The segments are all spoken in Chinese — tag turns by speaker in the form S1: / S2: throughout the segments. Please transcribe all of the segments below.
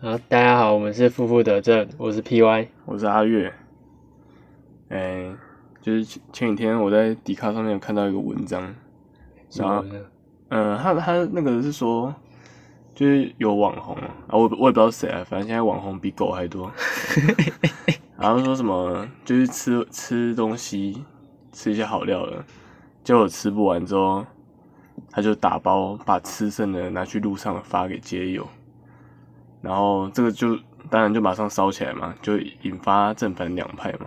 S1: 好，大家好，我们是负负得正，我是 PY。
S2: 我是阿月。哎、就是前前几天我在迪卡上面有看到一个文章，
S1: 什么呢？
S2: 嗯、他他那个是说，就是有网红啊，我我也不知道谁啊，反正现在网红比狗还多。然后说什么就是吃吃东西，吃一些好料的，结果吃不完之后，他就打包把吃剩的拿去路上发给街友，然后这个就当然就马上烧起来嘛，就引发正反两派嘛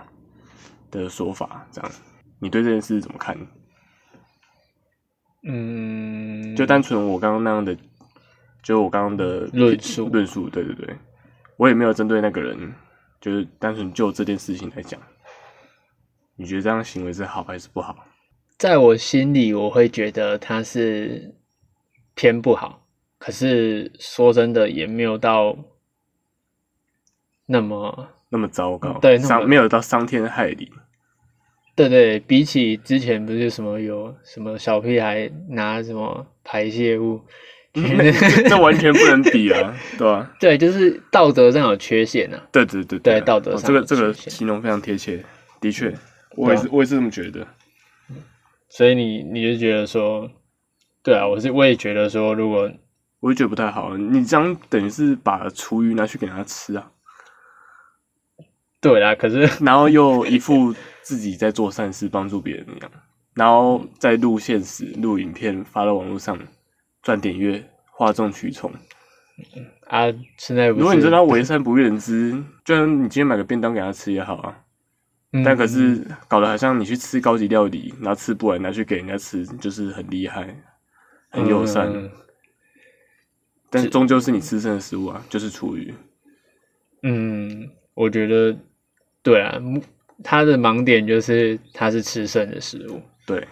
S2: 的说法。这样，你对这件事怎么看？
S1: 嗯，
S2: 就单纯我刚刚那样的，就我刚刚的
S1: 论述
S2: 论述，对对对，我也没有针对那个人，就是单纯就这件事情来讲，你觉得这样行为是好还是不好？
S1: 在我心里，我会觉得他是偏不好，可是说真的，也没有到那么
S2: 那么糟糕，
S1: 嗯对那么
S2: 伤没有到伤天害理，
S1: 对对，比起之前不是什么有什么小屁孩拿什么排泄物，
S2: 这这完全不能比啊，对吧、
S1: 对，就是道德上有缺陷呐、啊。
S2: 对对对
S1: 对道德
S2: 哦
S1: 上
S2: 这个
S1: 的
S2: 这个
S1: 缺陷嗯
S2: 形容非常贴切，的确，我也是、
S1: 对啊
S2: 我也是这么觉得。
S1: 所以你你就觉得说，对啊，我是我也觉得说，如果
S2: 我就觉得不太好，啊你这样等于是把厨余拿去给他吃啊，
S1: 对啦，可是
S2: 然后又一副自己在做善事帮助别人一样，然后再录现实、录影片发到网络上赚点阅，哗众取宠。
S1: 啊，现在不是
S2: 如果你真的要为善不欲人知，就算你今天买个便当给他吃也好啊，
S1: 嗯
S2: 但可是搞得好像你去吃高级料理，然后吃不完拿去给人家吃，就是很厉害、很友善，
S1: 嗯
S2: 但终究是你吃剩的食物啊，就是厨余。
S1: 嗯，我觉得对啊，它的盲点就是它是吃剩的食物，
S2: 对，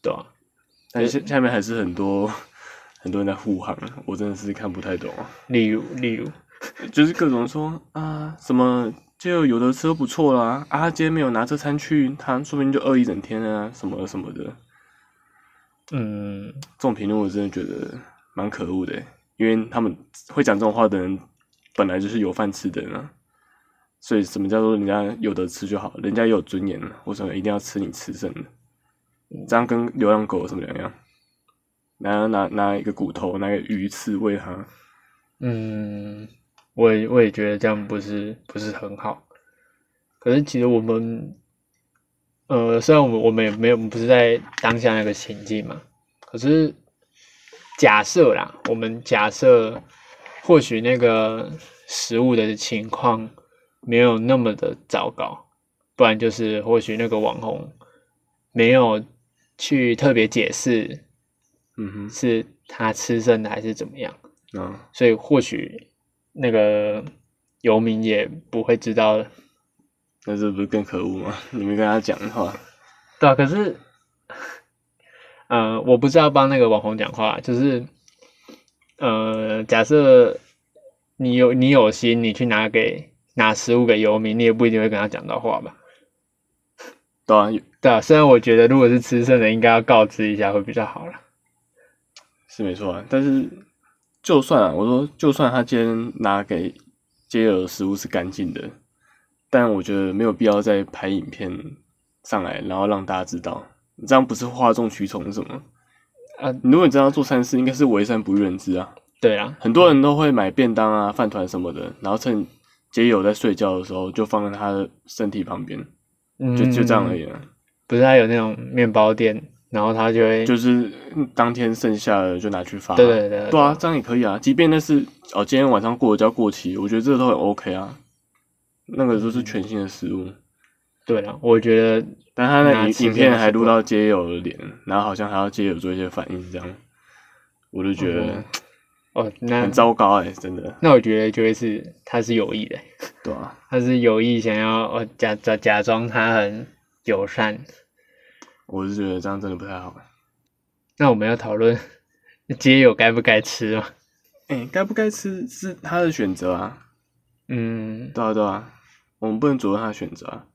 S1: 对啊，
S2: 但下下面还是很多很多人在护航，我真的是看不太懂啊。
S1: 例如例如，
S2: 就是各种说啊，什么就有的吃都不错啦，啊，他今天没有拿这餐去，他说不定就饿一整天啊，什么什么的。
S1: 嗯，
S2: 这种评论我真的觉得蛮可恶的欸，因为他们会讲这种话的人，本来就是有饭吃的人啊。所以什么叫做人家有的吃就好，人家也有尊严啊，为什么一定要吃你吃剩的？这样跟流浪狗有什么两样？拿拿拿一个骨头，拿一个鱼刺喂它，
S1: 嗯，我也我也觉得这样不是不是很好。可是其实我们，呃，虽然我们我们也没有不是在当下那个情境嘛，可是假设啦，我们假设或许那个食物的情况没有那么的糟糕，不然就是或许那个网红没有去特别解释
S2: 嗯
S1: 是他吃剩的还是怎么样。
S2: 哼，啊，
S1: 所以或许那个游民也不会知道的。
S2: 那这不是更可恶吗？你没跟他讲的话，
S1: 对啊，可是，呃，我不是要帮那个网红讲话，就是，呃，假设你有你有心，你去拿给拿食物给游民，你也不一定会跟他讲到话吧？
S2: 对啊，有
S1: 对啊，虽然我觉得如果是吃剩的，应该要告知一下会比较好啦。
S2: 是没错啊。但是就算啊，我说就算他今天拿给街友的食物是干净的，但我觉得没有必要再拍影片上来，然后让大家知道，你这样不是哗众取宠是什么？
S1: 啊，
S2: 你如果你这样做善事，应该是为善不欲人知啊。
S1: 对啊，
S2: 很多人都会买便当啊、饭团什么的，然后趁街友在睡觉的时候就放在他的身体旁边，就就这样而
S1: 嗯。
S2: 已、啊。
S1: 不是他有那种面包店，然后他就会，
S2: 就是嗯当天剩下的就拿去发、
S1: 对对对对
S2: 对啊，这样也可以啊。即便那是哦，今天晚上过了就要过期，我觉得这个都很 OK 啊。那个都是全新的食物，
S1: 对啊，我觉得
S2: 但他
S1: 拿
S2: 那影
S1: 吃
S2: 影
S1: 这
S2: 片
S1: 样
S2: 还
S1: 习
S2: 录
S1: 惯
S2: 到街友的脸，然后好像还要街友做一些反应，这样我就觉得
S1: 嗯哦，那
S2: 很糟糕哎、真的，
S1: 那我觉得就会是他是有意的，
S2: 对啊，
S1: 他是有意想要哦假假假装他很友善。
S2: 我是觉得这样真的不太好。
S1: 那我们要讨论街友该不该吃吗？
S2: 哎、该不该吃是他的选择啊，
S1: 嗯，
S2: 对啊，对啊，我们不能左右他的选择啊。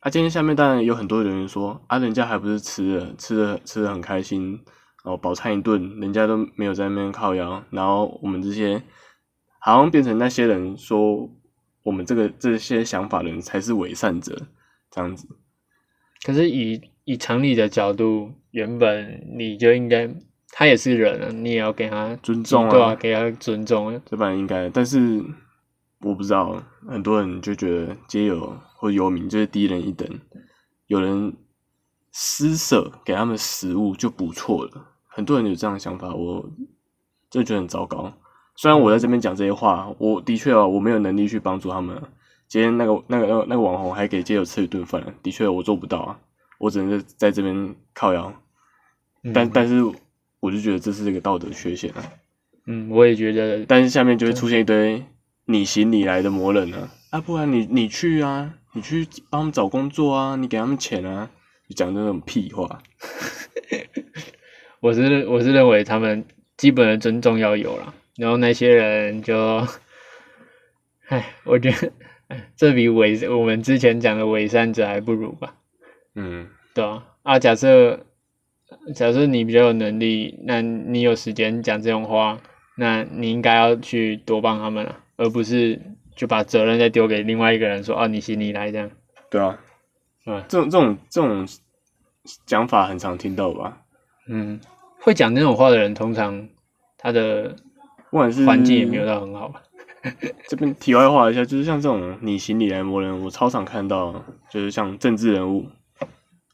S2: 啊，今天下面当然有很多留言说，啊，人家还不是吃了，吃的吃的很开心，哦，饱餐一顿，人家都没有在那边靠腰，然后我们这些好像变成那些人说我们这个这些想法的人才是伪善者这样子。
S1: 可是以以常理的角度，原本你就应该，他也是人啊，你也要给他
S2: 尊重啊
S1: 对啊，给他尊重啊。
S2: 这本来应该，但是我不知道，很多人就觉得街友或游民就是低人一等，有人施舍给他们食物就不错了。很多人有这样的想法，我真的觉得很糟糕。虽然我在这边讲这些话，我的确啊，我没有能力去帮助他们啊。今天那个那个那个那个网红还给街友吃一顿饭，的确我做不到啊，我只能在在这边靠腰。但但是我就觉得这是一个道德缺陷啊。
S1: 嗯，我也觉得，
S2: 但是下面就会出现一堆你行你来的魔人啊！啊，不然你你去啊，你去帮他们找工作啊，你给他们钱啊，你讲这种屁话。
S1: 我是我是认为他们基本的尊重要有啦，然后那些人就，唉，我觉得唉这比伪我们之前讲的伪善者还不如吧。
S2: 嗯，
S1: 对啊，啊，假设假设你比较有能力，那你有时间讲这种话，那你应该要去多帮他们啊，而不是就把责任再丢给另外一个人说，哦、你行你来这样。
S2: 对啊，
S1: 嗯
S2: 这种这种这种讲法很常听到吧？
S1: 嗯，会讲那种话的人，通常他的
S2: 不管是
S1: 环境也没有到很好吧。
S2: 这边题外话一下，就是像这种你行你来魔人，我超常看到，就是像政治人物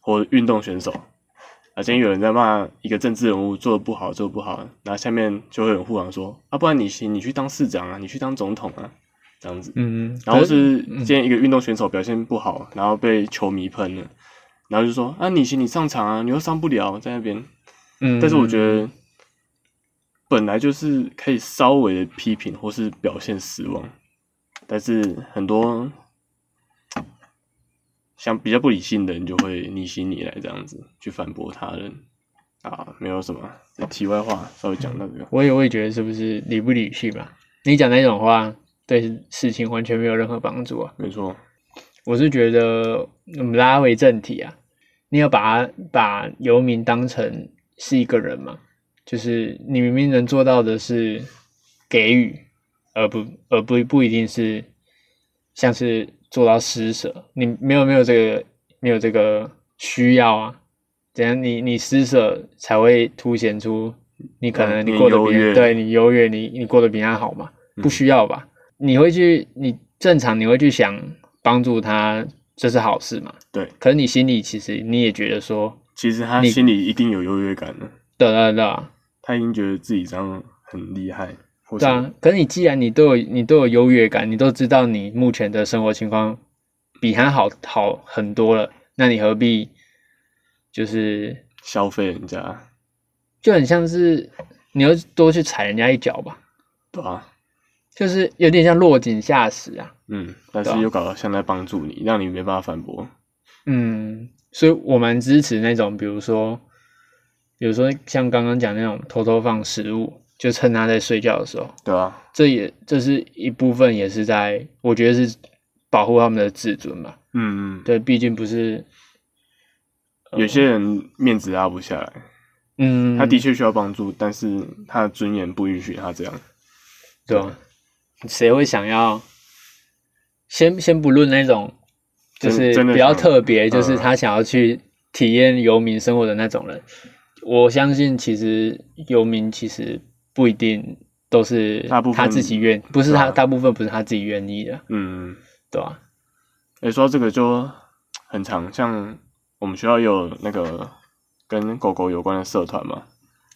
S2: 或运动选手啊，今天有人在骂一个政治人物做的不好，做的不好，然后下面就会有人护航说啊，不然你行，你去当市长啊，你去当总统啊，这样子。
S1: 嗯，
S2: 然后
S1: 可是
S2: 是今天一个运动选手表现不好，然后被球迷喷了，然后就说啊，你行，你上场啊，你又上不了，在那边。
S1: 嗯，
S2: 但是我觉得本来就是可以稍微的批评或是表现失望，但是很多像比较不理性的人就会你行你来这样子去反驳他人啊，没有什么题外话，稍微讲到这个，
S1: 我也会觉得是不是理不理性吧？你讲那种话，对事情完全没有任何帮助啊。
S2: 没错，
S1: 我是觉得，我们拉回正题啊，你要把他把游民当成是一个人嘛，就是你明明能做到的是给予，而不而不不一定是像是做到施舍，你没有没有这个没有这个需要啊，怎样你你施舍才会凸显出你可能
S2: 嗯
S1: 过得
S2: 你
S1: 比
S2: 优越嗯
S1: 人对你优越，你你过得比他好嘛，不需要吧？你会去，你正常你会去想帮助他，这是好事嘛？
S2: 对，
S1: 可是你心里其实你也觉得说，
S2: 其实他
S1: 你
S2: 心里一定有优越感的，
S1: 对对对啊，
S2: 他已经觉得自己这样很厉害，或是
S1: 对啊。可是你既然你都有你都有优越感，你都知道你目前的生活情况比他好好很多了，那你何必就是
S2: 消费人家，
S1: 就很像是你要多去踩人家一脚吧？
S2: 对啊，
S1: 就是有点像落井下石啊。
S2: 嗯，但
S1: 对
S2: 是
S1: 啊
S2: 又搞得像在帮助你，让你没办法反驳，
S1: 嗯，所以我蛮支持那种，比如说，比如说像刚刚讲那种偷偷放食物，就趁他在睡觉的时候，
S2: 对啊，
S1: 这也这是一部分，也是在我觉得是保护他们的自尊吧。
S2: 嗯嗯。
S1: 对，毕竟不是，
S2: 有些人面子拉不下来，
S1: 嗯，
S2: 他的确需要帮助，但是他的尊严不允许他这样。
S1: 对啊，谁会想要？先先不论那种，就
S2: 真
S1: 是
S2: 真的
S1: 比较
S2: 想
S1: 特别，就是
S2: 嗯
S1: 他想要去体验游民生活的那种人。我相信，其实游民其实不一定都是
S2: 大部分
S1: 他自己愿，不是他
S2: 啊
S1: 大部分不是他自己愿意的，
S2: 嗯，
S1: 对吧、
S2: 诶、说到这个就很长，像我们学校也有那个跟狗狗有关的社团嘛，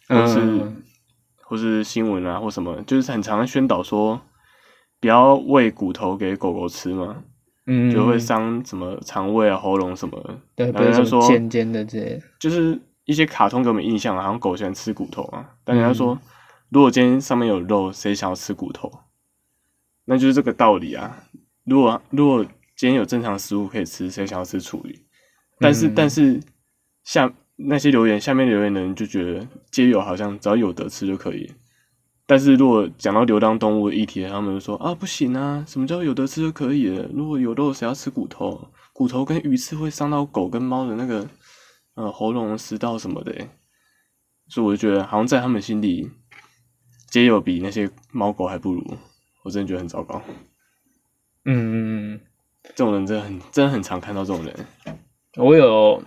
S2: 或是、
S1: 嗯
S2: 或是新闻啊或什么，就是很常宣导说不要喂骨头给狗狗吃嘛，
S1: 嗯，
S2: 就会伤什么肠胃啊、喉咙什么的。
S1: 对，
S2: 然
S1: 不
S2: 后
S1: 是
S2: 人家
S1: 什么
S2: 说
S1: 尖尖的之类的，
S2: 就是一些卡通给我们印象，好像狗喜欢吃骨头啊。但人家说，如果今天上面有肉，谁想要吃骨头？那就是这个道理啊。如果如果今天有正常食物可以吃，谁想要吃厨余？但是、
S1: 嗯
S2: 但是下那些留言下面留言的人就觉得街友好像只要有得吃就可以。但是如果讲到流浪动物的议题，他们就说啊不行啊，什么叫有得吃就可以了？如果有肉，谁要吃骨头？骨头跟鱼刺会伤到狗跟猫的那个呃喉咙、食道什么的欸。所以我就觉得好像在他们心里，街友比那些猫狗还不如，我真的觉得很糟糕。
S1: 嗯嗯嗯，
S2: 这种人真的很真的很常看到这种人，
S1: 我有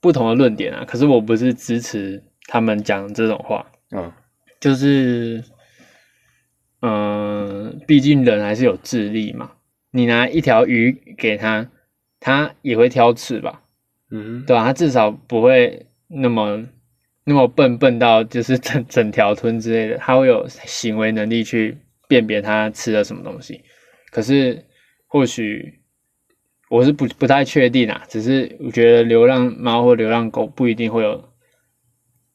S1: 不同的论点啊，可是我不是支持他们讲这种话，
S2: 嗯
S1: 就是，嗯、毕竟人还是有智力嘛。你拿一条鱼给他，他也会挑刺吧，
S2: 嗯哼，
S1: 对吧、他至少不会那么那么笨笨到就是整整条吞之类的，他会有行为能力去辨别他吃了什么东西。可是或许我是不不太确定啊，只是我觉得流浪猫或流浪狗不一定会有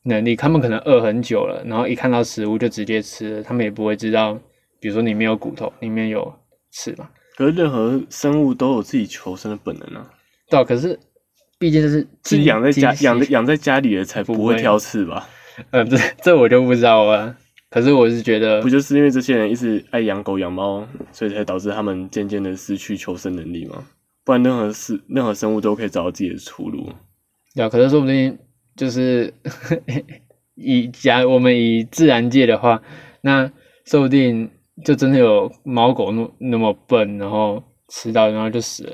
S1: 能力，他们可能饿很久了，然后一看到食物就直接吃了，他们也不会知道，比如说里面有骨头，里面有刺嘛。
S2: 可是任何生物都有自己求生的本能啊，
S1: 对啊、可是毕竟这是
S2: 是
S1: 精
S2: 养在家
S1: 精细
S2: 养在养在家里的才
S1: 不
S2: 不
S1: 会
S2: 会挑刺吧？
S1: 呃，这这我就不知道了。可是我是觉得
S2: 不，就是因为这些人一直爱养狗养猫，所以才导致他们渐渐的失去求生能力吗？不然任何事任何生物都可以找到自己的出路。
S1: 对啊，可是说不定就是 以假我们以自然界的话，那说不定就真的有猫狗那那么笨，然后吃到然后就死了。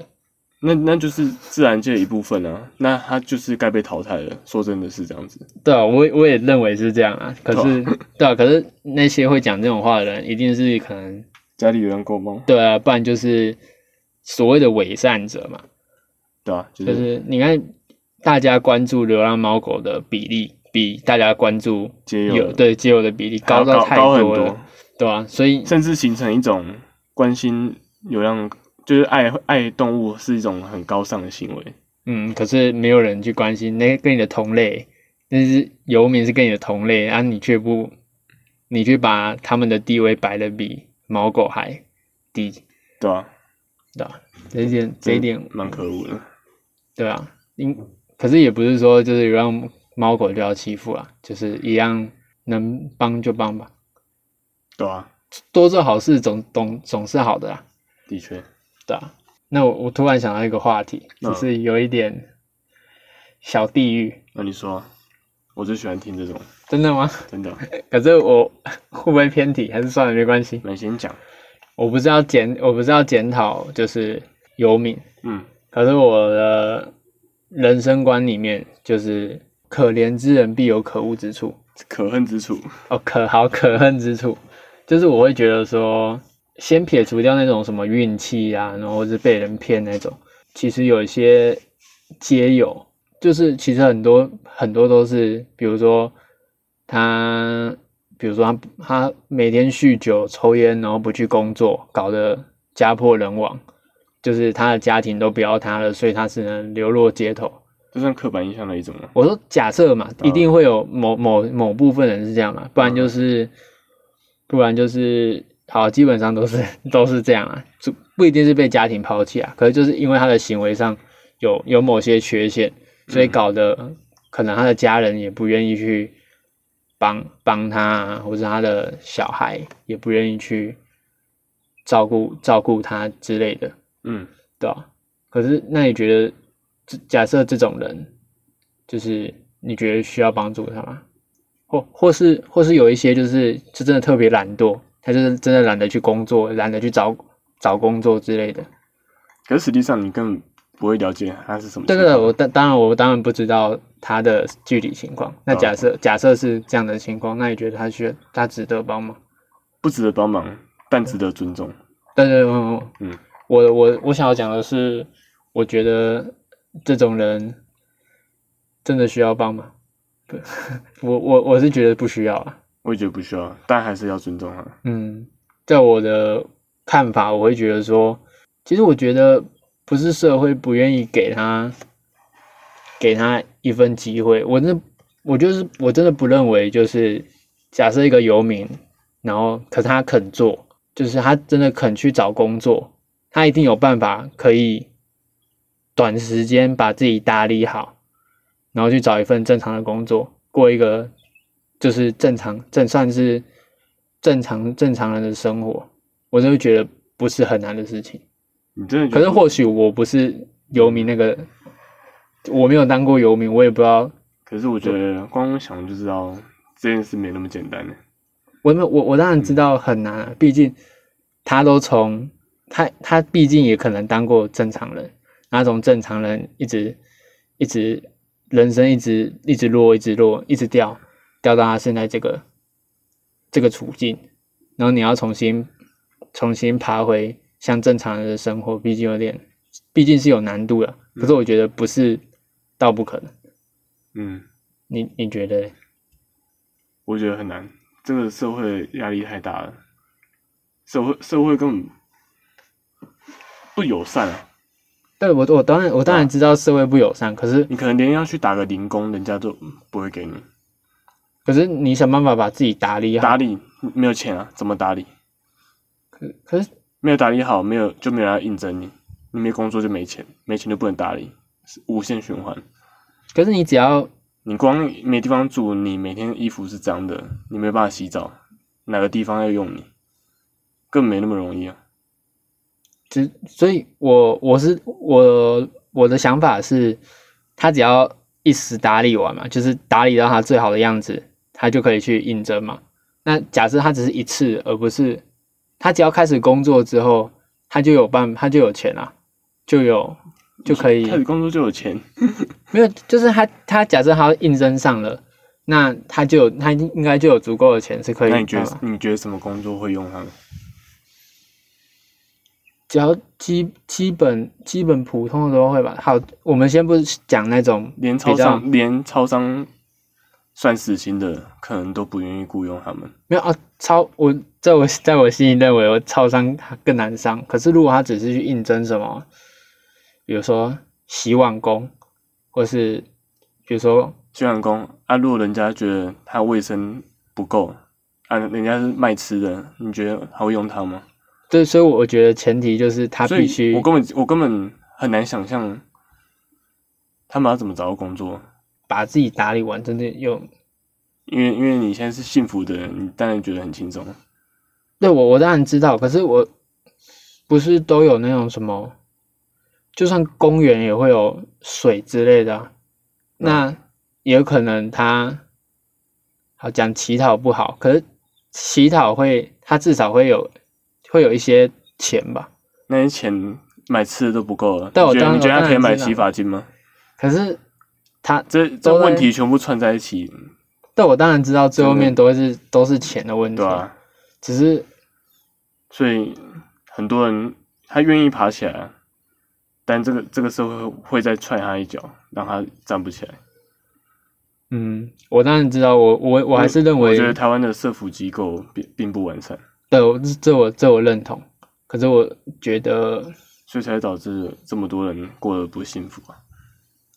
S2: 那那就是自然界的一部分啊，那它就是该被淘汰了。说真的是这样子，
S1: 对啊，我也我也认为是这样啊。可是
S2: 对
S1: 对啊，可是那些会讲这种话的人，一定是可能
S2: 家里有养狗吗？
S1: 对啊，不然就是所谓的伪善者嘛。
S2: 对啊，就
S1: 就是是你看，大家关注流浪猫狗的比例，比大家关注
S2: 皆有
S1: 有对街友的比例
S2: 还要
S1: 高到太
S2: 高很
S1: 了，
S2: 多，
S1: 对啊，所以
S2: 甚至形成一种关心流浪，就是爱爱动物是一种很高尚的行为。
S1: 嗯，可是没有人去关心那跟你的同类，但是游民是跟你的同类，啊，你却不，你却把他们的地位摆的比猫狗还低，
S2: 对啊，
S1: 对吧、这一点，
S2: 嗯
S1: 这一点，
S2: 蛮可恶的。
S1: 对啊，因可是也不是说就是流浪猫狗就要欺负啊，就是一样能帮就帮吧。
S2: 对啊，
S1: 多做好事总总总是好的啦，啊
S2: 的确，
S1: 对啊。那我我突然想到一个话题，只
S2: 嗯
S1: 是有一点小地狱，
S2: 那你说啊，我最喜欢听这种，
S1: 真的吗？
S2: 真的。
S1: 可是我会不会偏题？还是算了，没关系。
S2: 那你先讲，
S1: 我不是要检，我不是要检讨，就是游民。
S2: 嗯，
S1: 可是我的人生观里面，就是可怜之人必有可恶之处。
S2: 可恨之处，
S1: 哦，可好可恨之处，就是我会觉得说，先撇除掉那种什么运气啊，然后或是被人骗那种，其实有一些街友，就是其实很多很多都是，比如说他，比如说他他每天酗酒抽烟，然后不去工作，搞得家破人亡，就是他的家庭都不要他了，所以他只能流落街头。
S2: 这算刻板印象的一种吗？
S1: 我说假设嘛，
S2: 嗯
S1: 一定会有某某某部分人是这样嘛，不然就是，
S2: 嗯
S1: 不然就是，好，基本上都是都是这样啊，就不一定是被家庭抛弃啊，可是就是因为他的行为上有有某些缺陷，所以
S2: 嗯
S1: 搞得、可能他的家人也不愿意去帮帮他、啊，或者他的小孩也不愿意去照顾照顾他之类的。
S2: 嗯，
S1: 对啊，可是那你觉得，这假设这种人，就是你觉得需要帮助他吗？或或是或是有一些就是就真的特别懒惰，他就是真的懒得去工作，懒得去找找工作之类的。
S2: 可是实际上你根本不会了解它是什么
S1: 对
S2: 情况。
S1: 对对，我当当然我当然不知道他的具体情况。那假设、假设是这样的情况，那你觉得他需要他值得帮吗？
S2: 不值得帮忙，但值得尊重。
S1: 对对嗯嗯
S2: 嗯，
S1: 我我我想要讲的是，我觉得这种人真的需要帮忙。不， 我我我是觉得不需要啊。
S2: 我也觉得不需要，但还是要尊重啊。
S1: 嗯，在我的看法，我会觉得说，其实我觉得不是社会不愿意给他给他一份机会，我真的我就是我真的不认为，就是假设一个游民，然后可是他肯做，就是他真的肯去找工作，他一定有办法可以短时间把自己打理好，然后去找一份正常的工作，过一个就是正常正算是正常正常人的生活，我就觉得不是很难的事情。
S2: 你真的觉
S1: 可
S2: 得
S1: 是或许我不是游民那个，我没有当过游民，我也不知道。
S2: 可是我觉得光想就知道这件事没那么简单呢。
S1: 我没有我我当然知道很难、啊，毕竟他都从他他毕竟也可能当过正常人，那从正常人一直一直人生一直一直落，一直落，一直掉，掉到他现在这个这个处境，然后你要重新重新爬回像正常人的生活，毕竟有点，毕竟是有难度的。可是我觉得不是到不可能，
S2: 嗯，
S1: 你你觉得嘞？
S2: 我觉得很难，这个社会压力太大了，社会社会根本不友善啊！
S1: 对啊我我当然我当然知道社会不友善，可是
S2: 你可能连要去打个零工，人家都不会给你
S1: 可是你想办法把自己打理好
S2: 打，理，没有钱啊，怎么打理？
S1: 可可是
S2: 没有打理好，没有就没有人来应征你，你没工作就没钱，没钱就不能打理，是无限循环。
S1: 可是你只要
S2: 你光没地方住，你每天衣服是脏的，你没办法洗澡，哪个地方要用你？更没那么容易啊！
S1: 只，所以我我是我我的想法是，他只要一时打理完嘛，就是打理到他最好的样子，他就可以去应征嘛。那假设他只是一次，而不是他只要开始工作之后，他就有办，他就有钱啦、就有就可以
S2: 开始工作就有钱，
S1: 没有，就是他他假设他应征上了，那他就有他应该就有足够的钱是可以嗯
S2: 那你觉
S1: 干
S2: 得
S1: 嘛
S2: 你觉得什么工作会用他们？
S1: 只要基基本基本普通的都会吧。好，我们先不讲那种
S2: 连超
S1: 比较
S2: 商连超商算死心的，可能都不愿意雇佣他们。
S1: 没有啊，超我在我在我心里认为，我超商更难上。可是如果他只是去应征什么，比如说洗碗工，或是比如说
S2: 洗碗工啊，如果人家觉得他卫生不够啊，人家是卖吃的，你觉得他会用他吗？
S1: 对，所以我觉得前提就是他
S2: 所
S1: 啊必
S2: 以
S1: 须
S2: 我根本我根本很难想象他们要怎么找到工作，
S1: 把自己打理完，真的有
S2: 因为因为你现在是幸福的人，你当然觉得很轻松。
S1: 对我，我当然知道，可是我不是都有那种什么，就算公园也会有水之类的
S2: 嗯
S1: 啊、那也有可能他，好讲乞讨不好，可是乞讨会，他至少会有会有一些钱吧。
S2: 那些钱买吃的都不够了，
S1: 对
S2: 你觉
S1: 我
S2: 得
S1: 当
S2: 你觉得
S1: 我
S2: 他
S1: 当然
S2: 可以买
S1: 知道
S2: 洗发精吗？
S1: 可是他，
S2: 这这
S1: 都在
S2: 问题全部串在一起，
S1: 但我当然知道最后
S2: 真的
S1: 面都会是都是钱的问题，
S2: 对啊吧、
S1: 只是
S2: 所以很多人他愿意爬起来，但这个这个社会会再踹他一脚，让他站不起来。
S1: 嗯，我当然知道，我我我还是认为
S2: 我觉得台湾的社福机构并并不完善，
S1: 对，我这这我这我认同，可是我觉得，
S2: 所以才导致这么多人过得不幸福啊。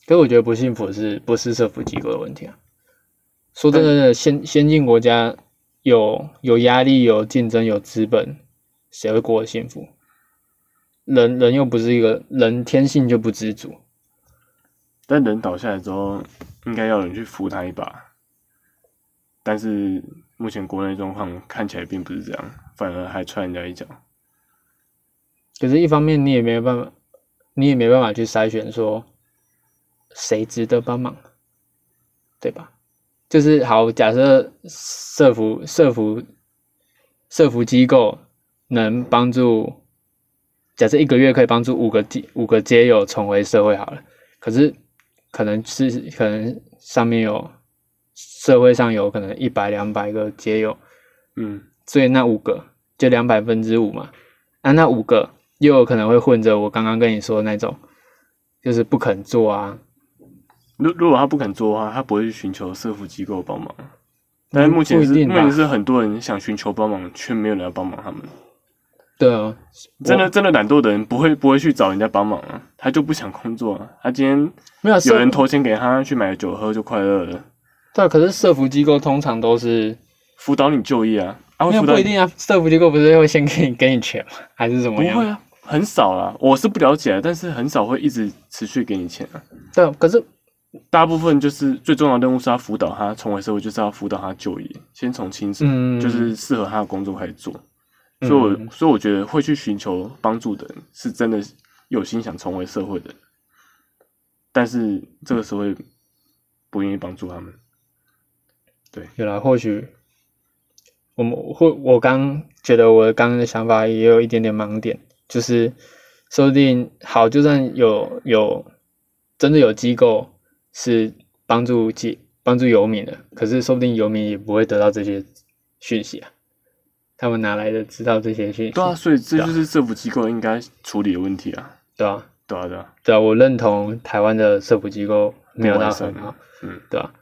S1: 可是我觉得不幸福是不是社福机构的问题啊？说真的，先先进国家有有压力、有竞争、有资本，谁会过得幸福？人人又不是一个人，天性就不知足。
S2: 但人倒下来之后，应该要有人去扶他一把，但是目前国内状况看起来并不是这样，反而还踹人家一脚。
S1: 可是，一方面你也没办法，你也没办法去筛选说谁值得帮忙，对吧？就是好，假设社服社服社服机构能帮助，假设一个月可以帮助五个街五个街友重回社会好了，可是可能是可能上面有社会上有可能一百两百个街友，
S2: 嗯，
S1: 所以那五个就两百分之五嘛，啊，那五个又有可能会混着我刚刚跟你说的那种，就是不肯做啊，
S2: 如如果他不肯做的话，他不会去寻求社福机构帮忙。但是目
S1: 嗯
S2: 前
S1: 不
S2: 是
S1: 一定
S2: 目前
S1: 吧？
S2: 是很多人想寻求帮忙，却没有人要帮忙他们。
S1: 对啊，
S2: 真的真的懒惰的人不会不会去找人家帮忙啊，他就不想工作啊。他今天
S1: 没有
S2: 有
S1: 社
S2: 人投钱给他去买酒喝就快乐了，
S1: 对啊，可是社服机构通常都是
S2: 辅导你就业啊，啊会
S1: 没有
S2: 辅导
S1: 不一
S2: 你
S1: 定啊，社服机构不是会先给你给你钱吗？还是怎
S2: 不
S1: 么样？
S2: 会啊，很少啦，我是不了解啊，但是很少会一直持续给你钱啊。
S1: 对啊，可是
S2: 大部分就是最重要的任务是要辅导他重回社会，就是要辅导他就业，先从轻松、
S1: 嗯，
S2: 就是适合他的工作开始做。所以我
S1: 嗯
S2: 所以我觉得会去寻求帮助的人，是真的有心想重回社会的人，但是这个社会不愿意帮助他们。
S1: 有啦，或许我们或我刚觉得我刚刚的想法也有一点点盲点，就是说不定好，就算有有真的有机构是帮助解帮助游民的，可是说不定游民也不会得到这些讯息啊，他们哪来的知道这些讯息？
S2: 对啊，所以这就是政府机构应该处理的问题啊，
S1: 对啊，
S2: 对啊，对啊，
S1: 对啊，我认同台湾的社福机构没有到很好，
S2: 嗯，
S1: 对吧、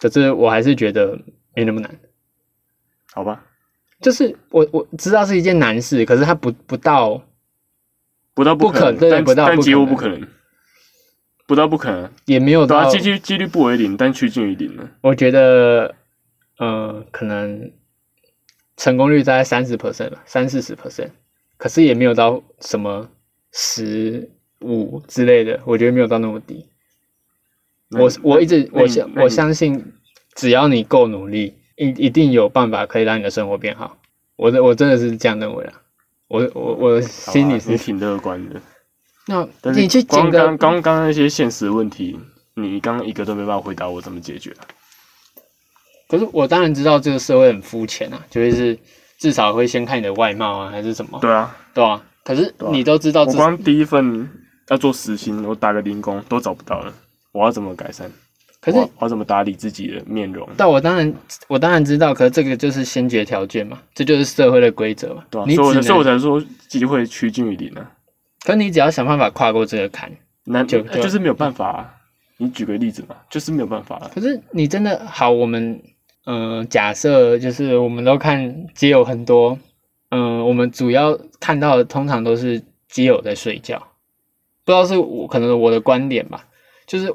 S1: 可是我还是觉得没那么难，
S2: 好吧，
S1: 就是我我知道是一件难事，可是它不不到，
S2: 不到
S1: 不可
S2: 可
S1: 能对
S2: 能，但
S1: 不到
S2: 但
S1: 不
S2: 几
S1: 可
S2: 乎
S1: 能
S2: 不可能，不到不可能，
S1: 也没有
S2: 对
S1: 到，
S2: 啊，几率几率不为零，但趋近于零了。
S1: 我觉得，呃，可能成功率大概三十 percent 吧，三四十 percent，可是也没有到什么十五之类的，我觉得没有到那么低。
S2: 那
S1: 我我一直
S2: 那
S1: 我
S2: 你
S1: 相
S2: 那
S1: 我
S2: 你
S1: 相信，只要你够努力，一一定有办法可以让你的生活变好。我的我真的是这样认为啊，我我我
S2: 好啊
S1: 心里是、
S2: 你挺乐观的，
S1: 那
S2: 但
S1: 你去
S2: 是
S1: 捡
S2: 光
S1: 个
S2: 刚刚刚那些现实问题，你刚刚一个都没办法回答我怎么解决啊。
S1: 可是我当然知道这个社会很肤浅啊，就是至少会先看你的外貌啊，还是什么，
S2: 对啊，
S1: 对啊。可是
S2: 对啊
S1: 你都知道
S2: 我
S1: 自己，
S2: 光第一份要做实薪，我打个零工都找不到了，我要怎么改善？
S1: 可
S2: 我要
S1: 是
S2: 我要怎么打理自己的面容？
S1: 但我当然我当然知道，可是这个就是先决条件嘛，这就是社会的规则嘛。
S2: 对啊，
S1: 你
S2: 所以我才
S1: 只
S2: 所以我
S1: 能，
S2: 才说机会趋近于零啊。
S1: 可你只要想办法跨过这个坎。
S2: 那
S1: 就
S2: 就
S1: 就是
S2: 没有办法、啊。你举个例子嘛，就是没有办法、啊。
S1: 可是你真的好，我们嗯、呃假设就是我们都看街友很多，嗯、我们主要看到的通常都是街友在睡觉，不知道是我可能我的观点吧，就是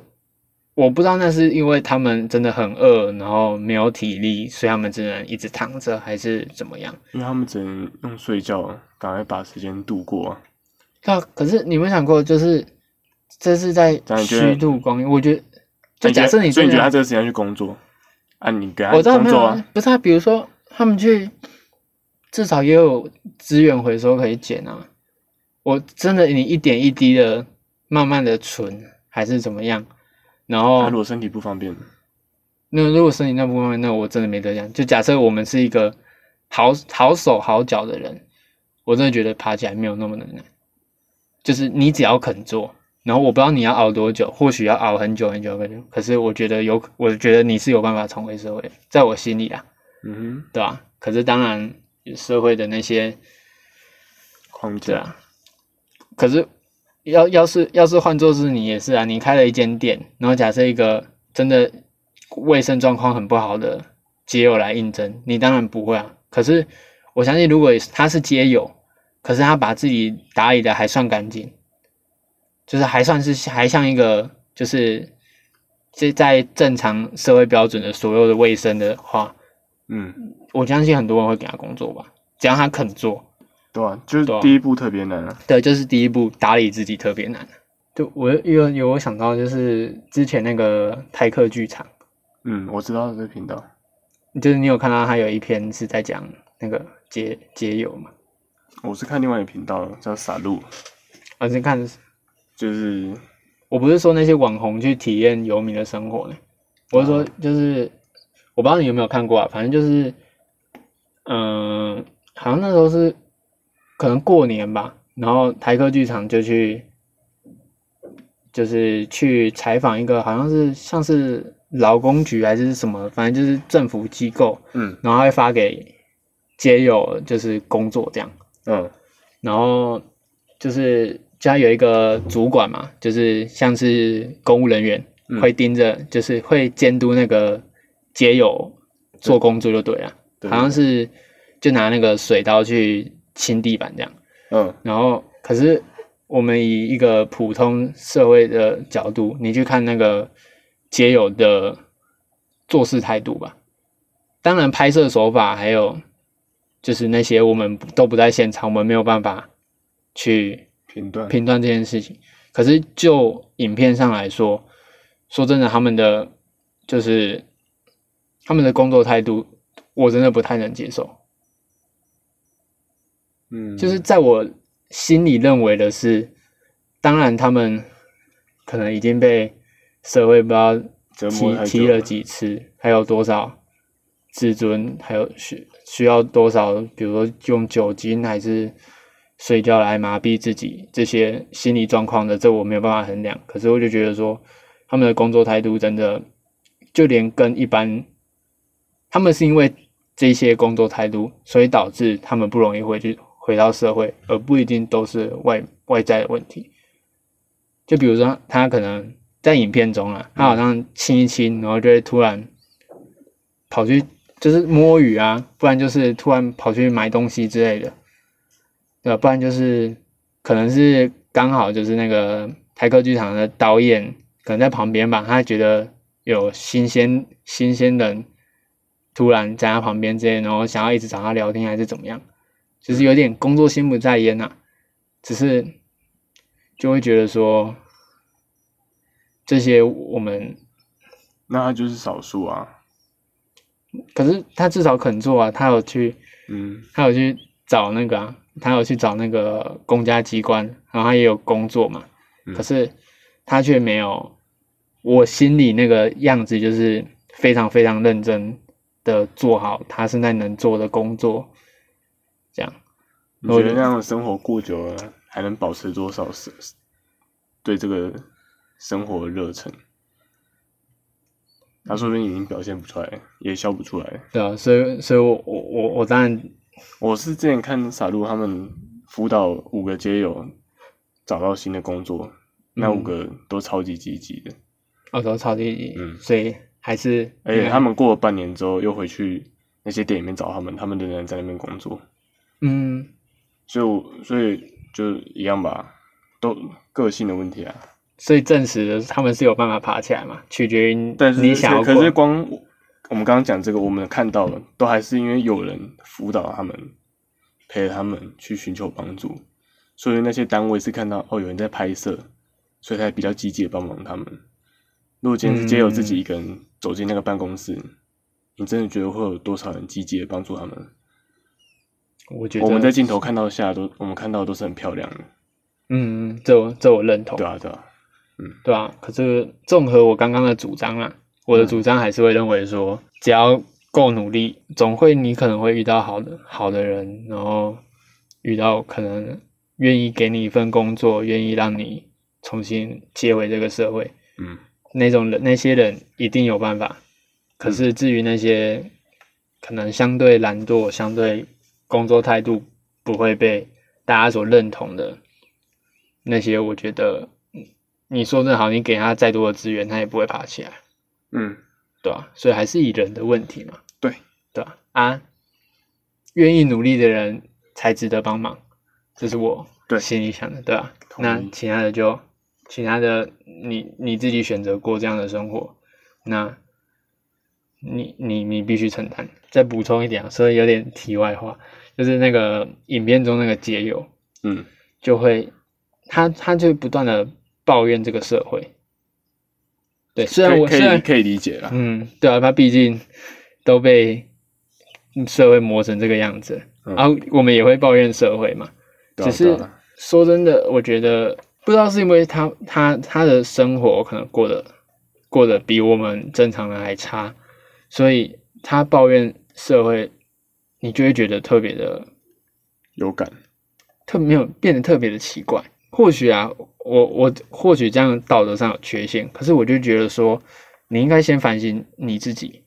S1: 我不知道那是因为他们真的很饿，然后没有体力，所以他们只能一直躺着，还是怎么样？
S2: 因为他们只能用睡觉，赶快把时间度过、啊。
S1: 那可是你有没有想过，就是这是在
S2: 这样你觉得
S1: 虚度光阴？我觉得，就
S2: 那觉
S1: 假
S2: 得
S1: 设你
S2: 所
S1: 真
S2: 以
S1: 的
S2: 你觉得他这个时间去工作，啊，你给他
S1: 我知道
S2: 工
S1: 没
S2: 作
S1: 有
S2: 啊
S1: 啊，，不是啊，比如说他们去，至少也有资源回收可以捡啊。我真的你一点一滴的慢慢的存，还是怎么样？然
S2: 他
S1: 后
S2: 如果身体不方便，
S1: 那如果身体那部分，那我真的没得讲。就假设我们是一个好好手好脚的人，我真的觉得爬起来没有那么的难。就是你只要肯做，然后我不知道你要熬多久，或许要熬很久很久很久，可是我觉得有，我觉得你是有办法重回社会的，在我心里啊。
S2: 嗯
S1: 对啊，可是当然，社会的那些，
S2: 哼，框
S1: 对
S2: 架，
S1: 啊，可是要要是要是换作是你也是啊，你开了一间店，然后假设一个真的卫生状况很不好的街友来应征，你当然不会啊。可是我相信，如果他是街友，可是他把自己打理的还算干净，就是还算是还像一个就是这在正常社会标准的所有的卫生的话，
S2: 嗯，
S1: 我相信很多人会给他工作吧，只要他肯做。
S2: 对啊，就是
S1: 对啊
S2: 第一步特别难啊。
S1: 对，就是第一步打理自己特别难。就我有有我想到就是之前那个台客剧场，
S2: 嗯，我知道这个频道，
S1: 就是你有看到他有一篇是在讲那个街街友嘛，
S2: 我是看另外一个频道叫傻路，
S1: 而、是看
S2: 就是
S1: 我不是说那些网红去体验游民的生活呢，我是说就是我不知道你有没有看过啊，反正就是，嗯、好像那时候是可能过年吧，然后台客剧场就去，就是去采访一个好像是像是劳工局还是什么，反正就是政府机构，
S2: 嗯
S1: 然后他会发给街友就是工作这样。
S2: 嗯
S1: 然后就是家有一个主管嘛，就是像是公务人员、
S2: 嗯
S1: 会盯着，就是会监督那个街友做工作就对了，
S2: 对
S1: 好像是就拿那个水刀去清地板这样。
S2: 嗯
S1: 然后可是我们以一个普通社会的角度，你去看那个街友的做事态度吧。当然，拍摄手法还有就是那些我们都不在现场，我们没有办法去
S2: 频段，
S1: 评断这件事情。可是就影片上来说，说真的，他们的就是他们的工作态度，我真的不太能接受。
S2: 嗯，
S1: 就是在我心里认为的是，当然他们可能已经被社会不知道
S2: 折磨
S1: 踢
S2: 太久
S1: 踢了几次，还有多少自尊，还有学需要多少，比如说用酒精还是睡觉来麻痹自己这些心理状况的，这我没有办法衡量。可是我就觉得说，他们的工作态度真的，就连跟一般，他们是因为这些工作态度，所以导致他们不容易回去回到社会，而不一定都是外外在的问题。就比如说他可能在影片中啊，他好像亲一亲，然后就会突然跑去就是摸鱼啊，不然就是突然跑去买东西之类的，对吧？不然就是可能是刚好就是那个台客剧场的导演可能在旁边吧，他觉得有新鲜新鲜人突然在他旁边之类，然后想要一直找他聊天还是怎么样，就是有点工作心不在焉呐、啊，只是。就会觉得说，这些我们，
S2: 那他就是少数啊，
S1: 可是他至少肯做啊，他有去，
S2: 嗯，
S1: 他有去找那个啊，他有去找那个公家机关，然后他也有工作嘛，
S2: 嗯
S1: 可是他却没有，我心里那个样子就是非常非常认真的做好他现在能做的工作，这样。
S2: 你觉得那样的生活过久了，还能保持多少是对这个生活的热忱？他说不定已经表现不出来，也笑不出来。
S1: 对啊，所以，所以我我我我当然
S2: 我是之前看傻路他们辅导五个街友找到新的工作，那五个都超级积极的，
S1: 我都超级，
S2: 嗯
S1: 所以还是，
S2: 而且他们过了半年之后又回去那些店里面找他们，他们仍然在那边工作，
S1: 嗯。
S2: 所以我所以就一样吧，都个性的问题啊。
S1: 所以证实了他们是有办法爬起来嘛，取决于你
S2: 但是
S1: 你想要
S2: 可可是
S1: 过。
S2: 光我们刚刚讲这个，我们看到了，都还是因为有人辅导他们，陪着他们去寻求帮助，所以那些单位是看到哦有人在拍摄，所以才比较积极的帮忙他们。如果今
S1: 嗯
S2: 天是只有自己一个人走进那个办公室，你真的觉得会有多少人积极的帮助他们？
S1: 我觉得
S2: 我们在镜头看到下都，我们看到的都是很漂亮的，
S1: 嗯，这我这我认同，
S2: 对啊对啊，
S1: 对啊。可是综合我刚刚的主张啊，我
S2: 嗯
S1: 的主张还是会认为说，只要够努力，总会你可能会遇到好的好的人，然后遇到可能愿意给你一份工作，愿意让你重新接回这个社会，
S2: 嗯，
S1: 那种人，那些人一定有办法。可是至于那些可能相对懒惰、相对工作态度不会被大家所认同的那些，我觉得嗯你说真好，你给他再多的资源，他也不会爬起来，
S2: 嗯，
S1: 对吧、所以还是以人的问题嘛，
S2: 对
S1: 对吧、啊？愿意努力的人才值得帮忙，这是我
S2: 对
S1: 心里想的，对吧、
S2: 同
S1: 那
S2: 意
S1: 其他的就其他的你你自己选择过这样的生活，那你你你必须承担。再补充一点啊，所以有点题外话，就是那个影片中那个街友
S2: 嗯
S1: 就会他他就不断的抱怨这个社会。对，虽然我
S2: 可以
S1: 虽
S2: 可以
S1: 然
S2: 可以理解啦，
S1: 嗯，对啊，他毕竟都被社会磨成这个样子，
S2: 嗯
S1: 然后我们也会抱怨社会嘛。
S2: 对啊
S1: 只是
S2: 对啊
S1: 说真的，我觉得不知道是因为他他他的生活可能过得过得比我们正常人还差，所以他抱怨社会，你就会觉得特别的
S2: 有感，
S1: 特没有变得特别的奇怪。或许啊，我我或许这样道德上有缺陷，可是我就觉得说，你应该先反省你自己，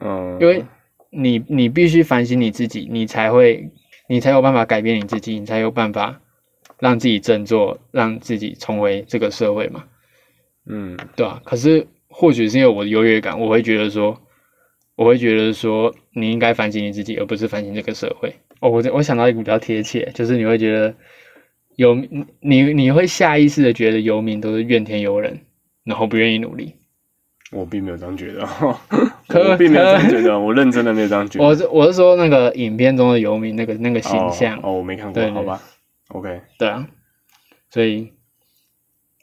S2: 嗯，
S1: 因为你你必须反省你自己，你才会你才有办法改变你自己，你才有办法让自己振作，让自己重回这个社会嘛，
S2: 嗯。
S1: 对吧、可是或许是因为我的优越感，我会觉得说，我会觉得说你应该反省你自己，而不是反省这个社会。哦，我这我想到一个比较贴切，就是你会觉得游民你你会下意识的觉得游民都是怨天尤人，然后不愿意努力。
S2: 我并没有这样觉得，
S1: 可
S2: 我并没有这样觉得，我认真的没有这样觉得。
S1: 我是我是说那个影片中的游民那个那个形
S2: 哦
S1: 象。
S2: 哦，我没看
S1: 对
S2: 过，好吧，OK，
S1: 对啊，所以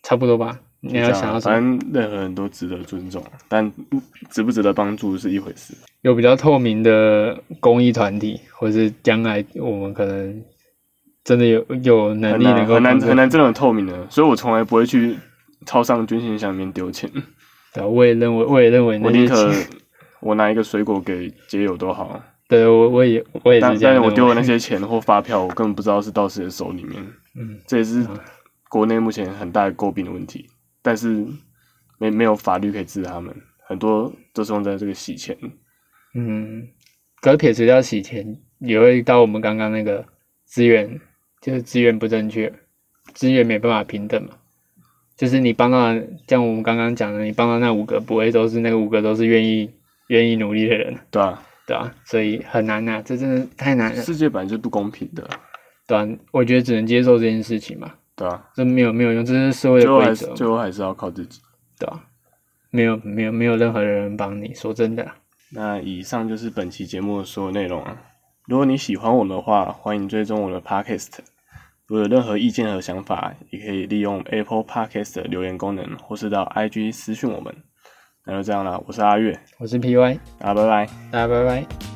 S1: 差不多吧。你
S2: 就
S1: 要
S2: 这样
S1: 想
S2: 啊
S1: 要什
S2: 反
S1: 么？
S2: 正任何人都值得尊重，但值不值得帮助是一回事。
S1: 有比较透明的公益团体，或是将来我们可能真的有有能
S2: 很
S1: 力能
S2: 难
S1: 够
S2: 很难
S1: 帮助
S2: 很，难真的很透明的，所以我从来不会去超商捐献箱里面丢钱，
S1: 对啊，我也认为，我也认为
S2: 我
S1: 那
S2: 宁
S1: 些
S2: 可
S1: 钱，
S2: 我拿一个水果给街友都好，
S1: 对我我也我也
S2: 但
S1: 是这
S2: 但
S1: 样
S2: 是我
S1: 认
S2: 丢的
S1: 为。
S2: 那些钱或发票，我根本不知道是到谁的手里面。
S1: 嗯，
S2: 这也是国内目前很大的诟病的问题，但是没没有法律可以治他们，很多都是用在这个洗钱。
S1: 嗯，可是撇除掉洗钱，也会到我们刚刚那个资源，就是资源不正确，资源没办法平等嘛。就是你帮到，像我们刚刚讲的，你帮到那五个，不会都是那个五个都是愿意愿意努力的人，
S2: 对啊，
S1: 对吧、所以很难呐、这真的太难了，
S2: 世界本来就是不公平的，
S1: 对啊我觉得只能接受这件事情嘛，
S2: 对啊，
S1: 这没有没有用，这是社会
S2: 最
S1: 的
S2: 后还
S1: 规
S2: 是
S1: 则嘛，
S2: 最后还是要靠自己。
S1: 对吧、没有没有没有任何人帮你，说真的啊，
S2: 那以上就是本期节目的所有内容啊。如果你喜欢我们的话，欢迎追踪我们的 Podcast。如果有任何意见和想法，也可以利用 Apple Podcast 的留言功能，或是到 IG 私讯我们。那就这样啦，我是阿月，
S1: 我是 P Y，
S2: 啊，拜拜。
S1: 大家拜拜。